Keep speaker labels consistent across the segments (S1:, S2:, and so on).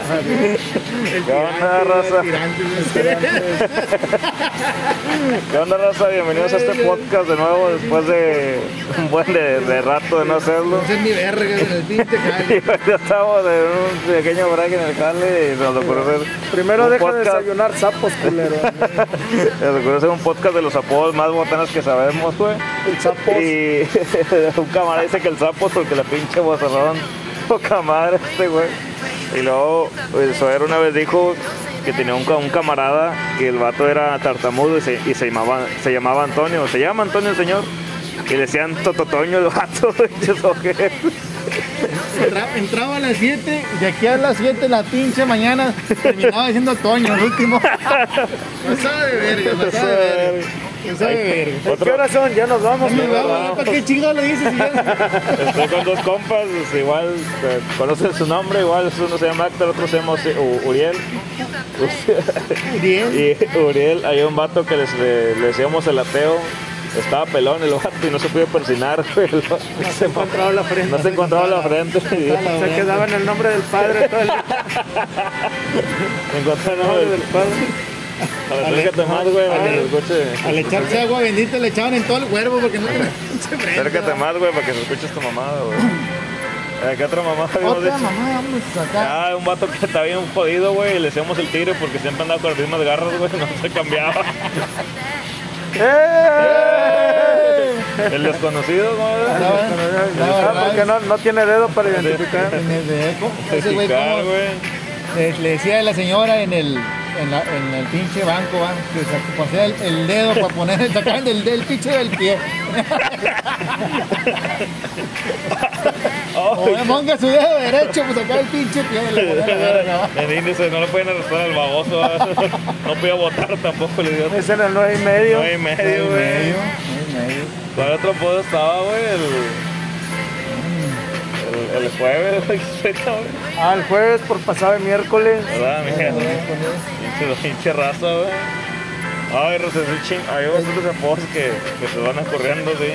S1: ¿Qué onda, raza? ¿Qué onda, raza? Bienvenidos a este podcast de nuevo después de un buen de, de rato de no hacerlo.
S2: No sé ni vergas en el pinche
S1: Y
S2: jale.
S1: ahorita estamos en un pequeño break en el jale y nos ocurrió hacer
S3: Primero
S1: un
S3: deja de
S1: podcast,
S3: desayunar sapos, culero.
S1: nos ocurrió hacer un podcast de los apodos más botanas que sabemos, güey.
S3: El sapo.
S1: Y un camarada dice que el sapo es porque la pinche bozarrón poca madre este güey. Y luego el Soer una vez dijo que tenía un, ca- un camarada que el vato era tartamudo y se, y se llamaba, se llamaba Antonio. Se llama Antonio el señor. Y le decían Tototoño el vato, pinches ojetes.
S2: Entra- entraba a las 7, de aquí a las 7 de la pinche mañana terminaba diciendo Toño, el último. Pasaba de verga, pasaba de verga. Pasaba de verga.
S3: ¿En ¿Qué
S1: Otro-
S3: hora son? Ya nos vamos.
S2: Hombre,
S3: culero.
S2: vamos, ¿Para qué chingado le dices? si ya-
S1: Estoy con dos compas, pues, igual eh, conocen su nombre, igual uno se llama Héctor, otro se llama Osi- U- Uriel.
S2: Bien.
S1: Y Uriel, hay un vato que les- le, le decíamos el ateo. Estaba pelón el vato y no se pudo persinar. güey.
S3: No se encontraba la frente.
S1: No se encontraba la frente. Se
S3: Se quedaba en el nombre del padre todo el
S1: encontró el nombre
S3: nombre del
S1: del-
S3: padre.
S1: A ver, acércate más, güey, para que se escuche.
S2: Al echarse agua bendita le echaban en todo el cuervo porque no era pinche frente,
S1: Acércate
S2: ¿verdad?
S1: más, güey, para que se escuche esta mamada, güey. Eh, ¿Qué otra mamada habíamos
S2: Otra
S1: dicho?
S2: mamá, vamos a sacar.
S1: Ah, un vato que está bien jodido, güey, y le hacíamos el tiro porque siempre andaba con las mismas garras, güey, no se cambiaba.
S3: ¡Eh!
S1: El desconocido, güey.
S2: Andaba-
S3: Ah,
S2: andaba-
S3: porque no, no tiene dedo para identificar.
S2: en el de eco. Ese güey,
S1: Picar,
S2: ¿cómo?
S1: güey.
S2: Le, le decía a la señora en el, en la- en el pinche banco, ¿va? que sac- pasea el, el dedo para poner, sacar del, del pinche del pie. o le ponga su dedo derecho para sacar el pinche pie de la bodega, verga, ¿va?
S1: El índice no lo pueden arrestar al baboso. ¿verdad? No podía votar tampoco, le dio
S3: Es en el 9 y medio.
S1: nueve y medio,
S2: Medio,
S1: güey.
S2: medio, medio.
S1: ¿Cuál otro podo estaba, güey? El, el, el jueves, güey. ¿qué fue, cabrón?
S3: Ah, el jueves por pasado de miércoles.
S1: ¿Verdad, mierda? Pinche, pinche raza, güey. Ay, Rosasel ching. Hay otros apodos que, que se van corriendo, sí.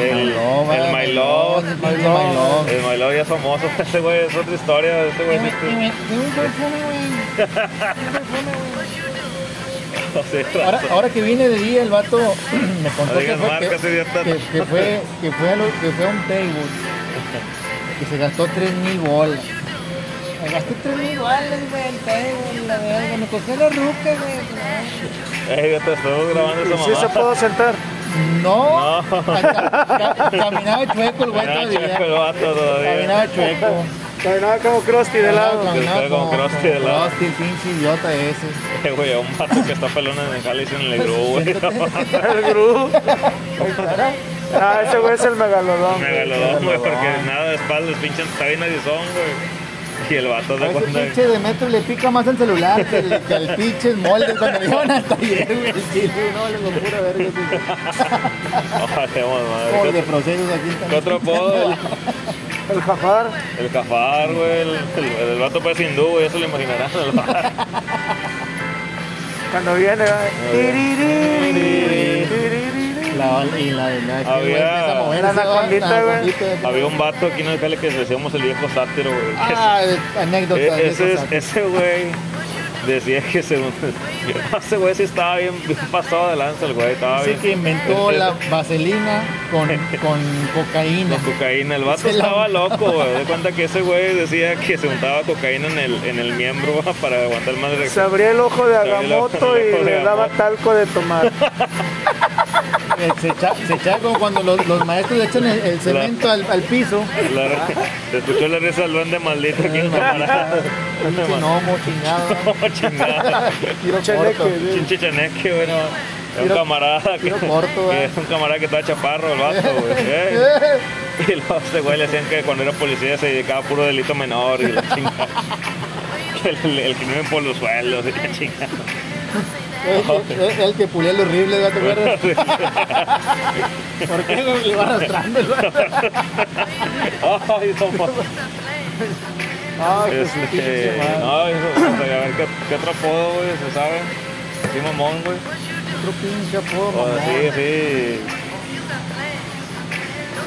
S1: El,
S2: My Love,
S1: el
S2: ¿va?
S1: My Love.
S2: el pinche My Love.
S1: El My Love ya es famoso. Este güey es otra historia. Este güey
S2: Dime-
S1: es
S2: dime- dime un perfume, güey.
S1: este.
S2: Ahora, ahora que vine de día, el vato me contó
S1: No
S2: que
S1: digas
S2: fue,
S1: marcas,
S2: que,
S1: idiota.
S2: que- que fue, que, fue a lo- que fue a un table que se gastó 3 mil bolas. Me gasté 3 mil bolas, güey, en table, la verga. Me costó la ruca, güey.
S1: Ey, ya te estamos grabando
S3: ¿Y
S1: esa
S3: si se
S1: mamá.
S3: puedo sentar?
S2: No,
S1: No.
S2: ca- ca- caminaba chueco el güey
S1: Era
S2: todavía.
S1: chueco el Ah, vato todavía.
S2: Caminaba chueco.
S3: Caminaba como Krusty de lado.
S2: Caminaba
S1: Estaba como
S2: como
S1: Krusty de lado.
S2: Krusty, el pinche idiota ese.
S1: Eh, güey, a un vato que está pelón en el jale y se le
S2: Pues,
S1: grabó, güey.
S3: El gru. Ah, ese güey es el megalodón.
S1: Megalodón, güey, porque nada de espaldas, pinche, está bien narizón, güey. Y el vato
S2: A
S1: de
S2: ese
S1: cuando...
S2: pinche de metro le pica más el celular que el, que al pinche molde cuando le llevan hasta ayer, güey. El chile, no, le con pura verga.
S1: Ojalá,
S2: sí. Por de
S1: madre.
S2: procesos aquí
S1: ¿Qué
S2: también.
S1: otro apodo? El,
S3: El jafar.
S1: el cafar, güey. El, el- el vato parece hindú, güey, eso lo imaginarán. el vato.
S3: Cuando viene, va. Tiririri, tiririri.
S2: La, y la de la que
S1: Había-
S2: güey, empieza a moverse,
S3: La
S2: güey,
S3: anacondita,
S2: la
S3: güey.
S2: anacondita, güey.
S1: Había un vato aquí en el jale que le decíamos el viejo sátiro, güey. que es-
S2: Ah, anécdota.
S1: E- ese,
S2: anécdota.
S1: ese güey decía que según. Ese güey sí estaba bien, bien pasado de lanza, el güey. Estaba
S2: Dice
S1: bien.
S2: que inventó la vaselina con, con cocaína.
S1: La cocaína, el vato
S2: Se la-
S1: estaba loco, güey. De cuenta que ese güey decía que se untaba cocaína en el, en el miembro güey, para aguantar más de
S3: Se abría el ojo de
S1: Se abría el ojo-
S3: Agamotto
S1: el
S3: y
S1: ojo de
S3: le daba
S1: Agamotto.
S3: talco de tomar.
S2: Eh, Se echa, se echa como cuando los, los maestros le echan el, el cemento al, al piso.
S1: la- Se escuchó la risa del duende maldito aquí en camarada.
S2: Pinche gnomo, chingado.
S1: No, chingada.
S2: Tiro
S3: Chaleque,
S2: corto.
S3: güey.
S1: Chinche chaneque, güey. no. Era un
S2: Tiro-
S1: camarada que,
S2: tiro corto,
S1: que
S2: güey.
S1: es un camarada que estaba chaparro el vato, güey. Eh. Y luego ese güey le decían que cuando era policía se dedicaba a puro delito menor y la chingada. Que el, el, el crimen por los suelos y la chingada.
S2: El que- el- el que pulía lo horrible, ¿no te acuerdas? ¿Por qué güey? lo iba arrastrando? el vato.
S1: Ay, no mames.
S3: Ah, que su
S1: Este,
S3: pinche madre.
S1: no, eso, o sea, a ver qué, qué otro apodo, güey, se sabe. Así mamón, güey. oh,
S2: Otro pinche apodo,
S1: O
S2: mamón.
S1: así, así.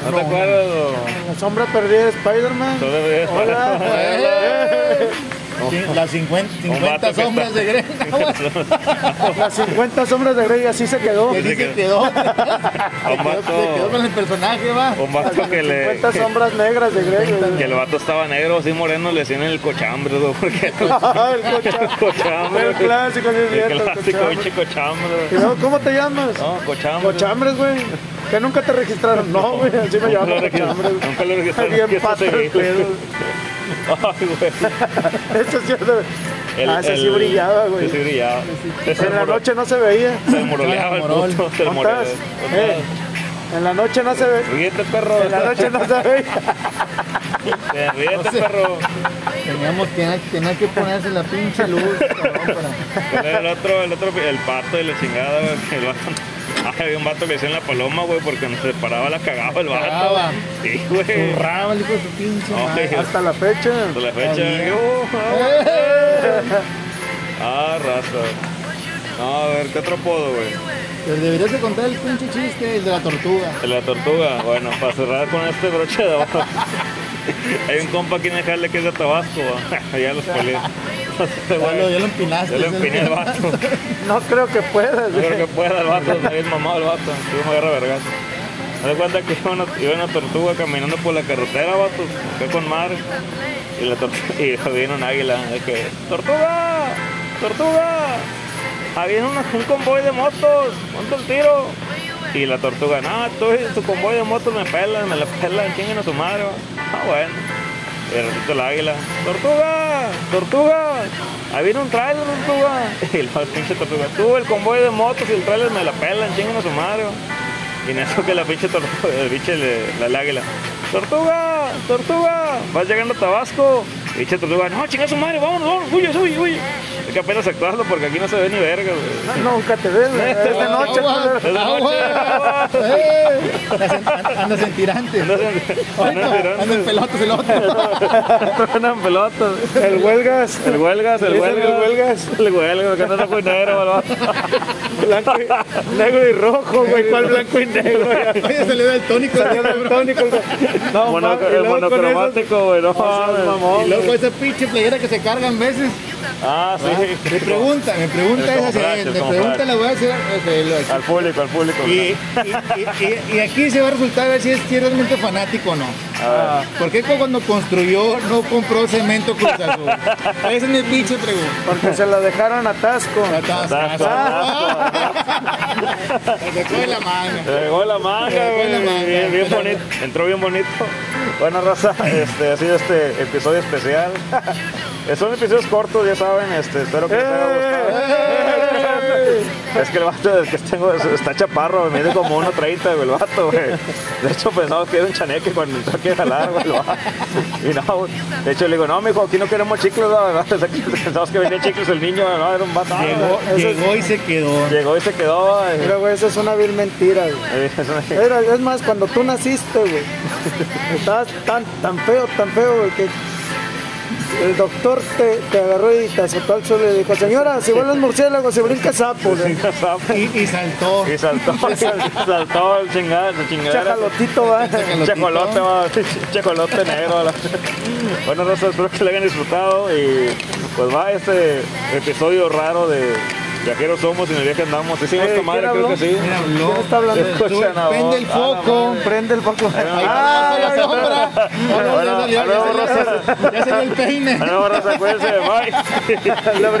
S1: ¿No te acuerdas? o?
S3: En la sombra perdida de Spider-Man.
S1: Todo de-
S3: Hola.
S2: Eh.
S1: Oh.
S2: Las 50,
S1: Un
S2: 50
S1: vato que
S2: sombras
S1: está-
S2: de Grey Navas.
S3: Las 50 sombras de Grey, así se quedó.
S2: Que
S1: Dice
S2: sí se
S1: que-
S2: quedó. Se
S1: un
S2: quedó,
S1: vato-
S2: se quedó con el personaje, va.
S1: Un vato que le.
S3: 50
S1: que-
S3: sombras negras de Grey. güey.
S1: Que el vato estaba negro, así moreno, le decían el cochambre, güey, porque
S3: Ah, el cocha-
S1: el cochambre.
S3: El clásico, sí es
S1: El
S3: cierto, el
S1: clásico,
S3: cochambre.
S1: pinche cochambre.
S3: Y luego, ¿Cómo te llamas?
S1: No, cochambre.
S3: Cochambres, güey. Que nunca te registraron. No, güey, así me
S1: Nunca lo
S3: llaman
S1: registraron,
S3: cochambres.
S1: nunca lo registraron, que
S3: Bien
S1: eso
S3: pato
S1: se
S3: el
S1: ve.
S3: pedo.
S1: Ay, güey.
S3: Eso sí, es de-
S1: El-
S3: ah, ese sí
S1: el-
S3: brillaba, güey.
S1: Ese sí brillaba. Ese
S3: En la
S1: moro-
S3: noche no se veía.
S1: Se demoleaba el
S2: Morol.
S1: puto, se demoleaba.
S3: ¿Montas? Eh, en la noche no se ve.
S1: Ríete, perro.
S3: En la noche no se veía.
S1: Eh, Ríete,
S2: No sé.
S1: perro.
S2: Teníamos que, tenía que ponerse la pinche luz, cabrón, para-
S1: ¿Cuál era el otro, el otro, el pato y la chingada, güey? que El vato. Ah, había un vato que decía en la paloma, güey, porque nos separaba la cagaba el vato.
S2: Cagaba.
S1: Sí, güey.
S2: Zurraba el hijo de su pinche
S1: No,
S2: madre.
S1: güey.
S3: Hasta la fecha.
S1: Hasta la fecha.
S2: Ay,
S1: ¡Oh!
S2: Eh.
S1: Ah, raza. No, a ver, ¿qué otro apodo, güey?
S2: Pero deberías de contar el pinche chiste, el de la tortuga.
S1: El de La tortuga. Bueno, para cerrar con este broche de oro. Hay un compa aquí en el jale que es de Tabasco, va. ya los colé. Este
S2: Ya lo,
S1: güey,
S2: ya lo empinaste.
S1: Ya lo
S2: ese-
S1: empiné el vato.
S3: No creo que puedas.
S1: No creo
S3: güey.
S1: que pueda el vato, está bien mamado el vato. Yo me agarra vergazo. Me doy cuenta que iba una, iba una tortuga caminando por la carretera, vato. Fue con madre. Y la tortuga, y viene un águila. de que, ¡Tortuga! ¡Tortuga! Ahí viene una- un convoy de motos. Ponte el tiro. Y la tortuga, no, tú y tu convoy de motos me pelan, me la pelan, chinguen a su madre. va". Ah, bueno. Y de repente el águila, ¡Tortuga! ¡Tortuga! Ahí viene un trailer, tortuga. Y la pinche tortuga, tú, el convoy de motos y el trailer me la pelan, chinguen a su madre. va". Y en eso que la pinche tortuga, el pinche le- la, la águila, ¡Tortuga! ¡Tortuga! Vas llegando a Tabasco. Pinche tortuga, no, chinga su madre, vámonos, vámonos, huye, huye, huye. Es que apenas actuando porque aquí no se ve ni verga, güey.
S3: No, nunca te ves. güey. Ah, Es de noche. culero.
S2: Agua,
S1: Es de noche,
S2: agua.
S1: agua.
S2: Eh, andas en- an- Andas en tirantes.
S1: Andas en- andas en tirantes.
S2: Andas en pelotas el otro.
S1: Truenan pelotas.
S3: El huelgas.
S1: El huelgas, el
S3: Dicen
S1: huelgas.
S3: el huelgas.
S1: El huelgas, que no está muy negro, malvado.
S3: Blanco y, negro y rojo, güey. ¿Cuál blanco y negro?
S2: Oye, se le da el tónico.
S3: Salió del tónico. güey. No,
S1: Mono-
S3: mames, y
S1: el
S3: luego con eso-
S1: monocromático, güey, no
S3: No seas
S1: mames.
S3: mamón,
S2: Y luego esa pinche playera que se cargan veces.
S1: Ah, sí.
S2: Me pregunta, me pregunta
S1: El
S2: esa,
S1: camuflaje,
S2: señora,
S1: el
S2: me
S1: camuflaje.
S2: pregunta, la voy a hacer. eh, lo-
S1: Al público, al público.
S2: Y, y- y- y- y aquí se va a resultar a ver si es, si es realmente fanático o no.
S1: A
S2: Porque cuando construyó no compró cemento Cruz Azul? Esa es mi pinche pregunta.
S3: Porque se la dejaron a Tasco.
S2: Atasco,
S1: Atasco,
S2: atasco. Se sacó de la manga.
S1: Le Llegó la manga,
S2: Le llegó la
S1: güey.
S2: manga.
S1: Bien, bien bonito. Entró bien bonito. Bueno, raza, este, ha sido este episodio especial. Eh, Son episodios cortos, ya saben. Este, espero que les haya gustado.
S3: ¡Eh!
S1: Es que el vato del que tengo es- está chaparro, me mide como 1.30, güey, el vato, güey. De hecho, pensaba que era un chaneque cuando entró aquí a jalar, güey, el vato. Y no, güey. de hecho, le digo, no, mijo, aquí no queremos chicles, la verdad. Desde aquí Pensamos que venía chicles el niño, no, era un vato.
S2: Llegó,
S3: Eso es-
S2: llegó y se quedó.
S1: Llegó y se quedó, güey.
S3: Mira, güey, eso es una vil mentira, güey.
S1: Eh, es una-
S3: Era- es más, cuando tú naciste, güey, estabas tan, tan feo, tan feo, güey, que el doctor te, te agarró y te azotó al suelo y le dijo, señora, si vuelas murciélago, se brinca sapo, güey.
S2: Y, y saltó.
S1: Y saltó, y sal- saltó el chingado, el chingado.
S3: Chajalotito, va.
S1: Chacolote, va, chacolote negro. la- Bueno, Rosa, espero que lo hayan disfrutado y pues va este episodio raro de Viajeros Somos y en el viaje andamos. Sí, sí,
S3: Eh,
S1: esta madre
S3: ¿quién
S1: creo que
S3: habló?
S1: sí.
S2: Mira, habló.
S3: ¿Quién está hablando?
S2: Tú
S1: Escucha la voz.
S2: Prende el
S1: Ah, la
S2: foco.
S3: Prende el foco.
S2: Ahí
S3: Ah,
S2: está la sombra. Ah, no, ya
S1: Bueno,
S2: salió, ya
S1: luego,
S2: salió, ya
S1: Rosa. Ah,
S2: salió- ya salió el peine.
S1: Bueno, Rosa, cuídense, bye.
S3: la brilla-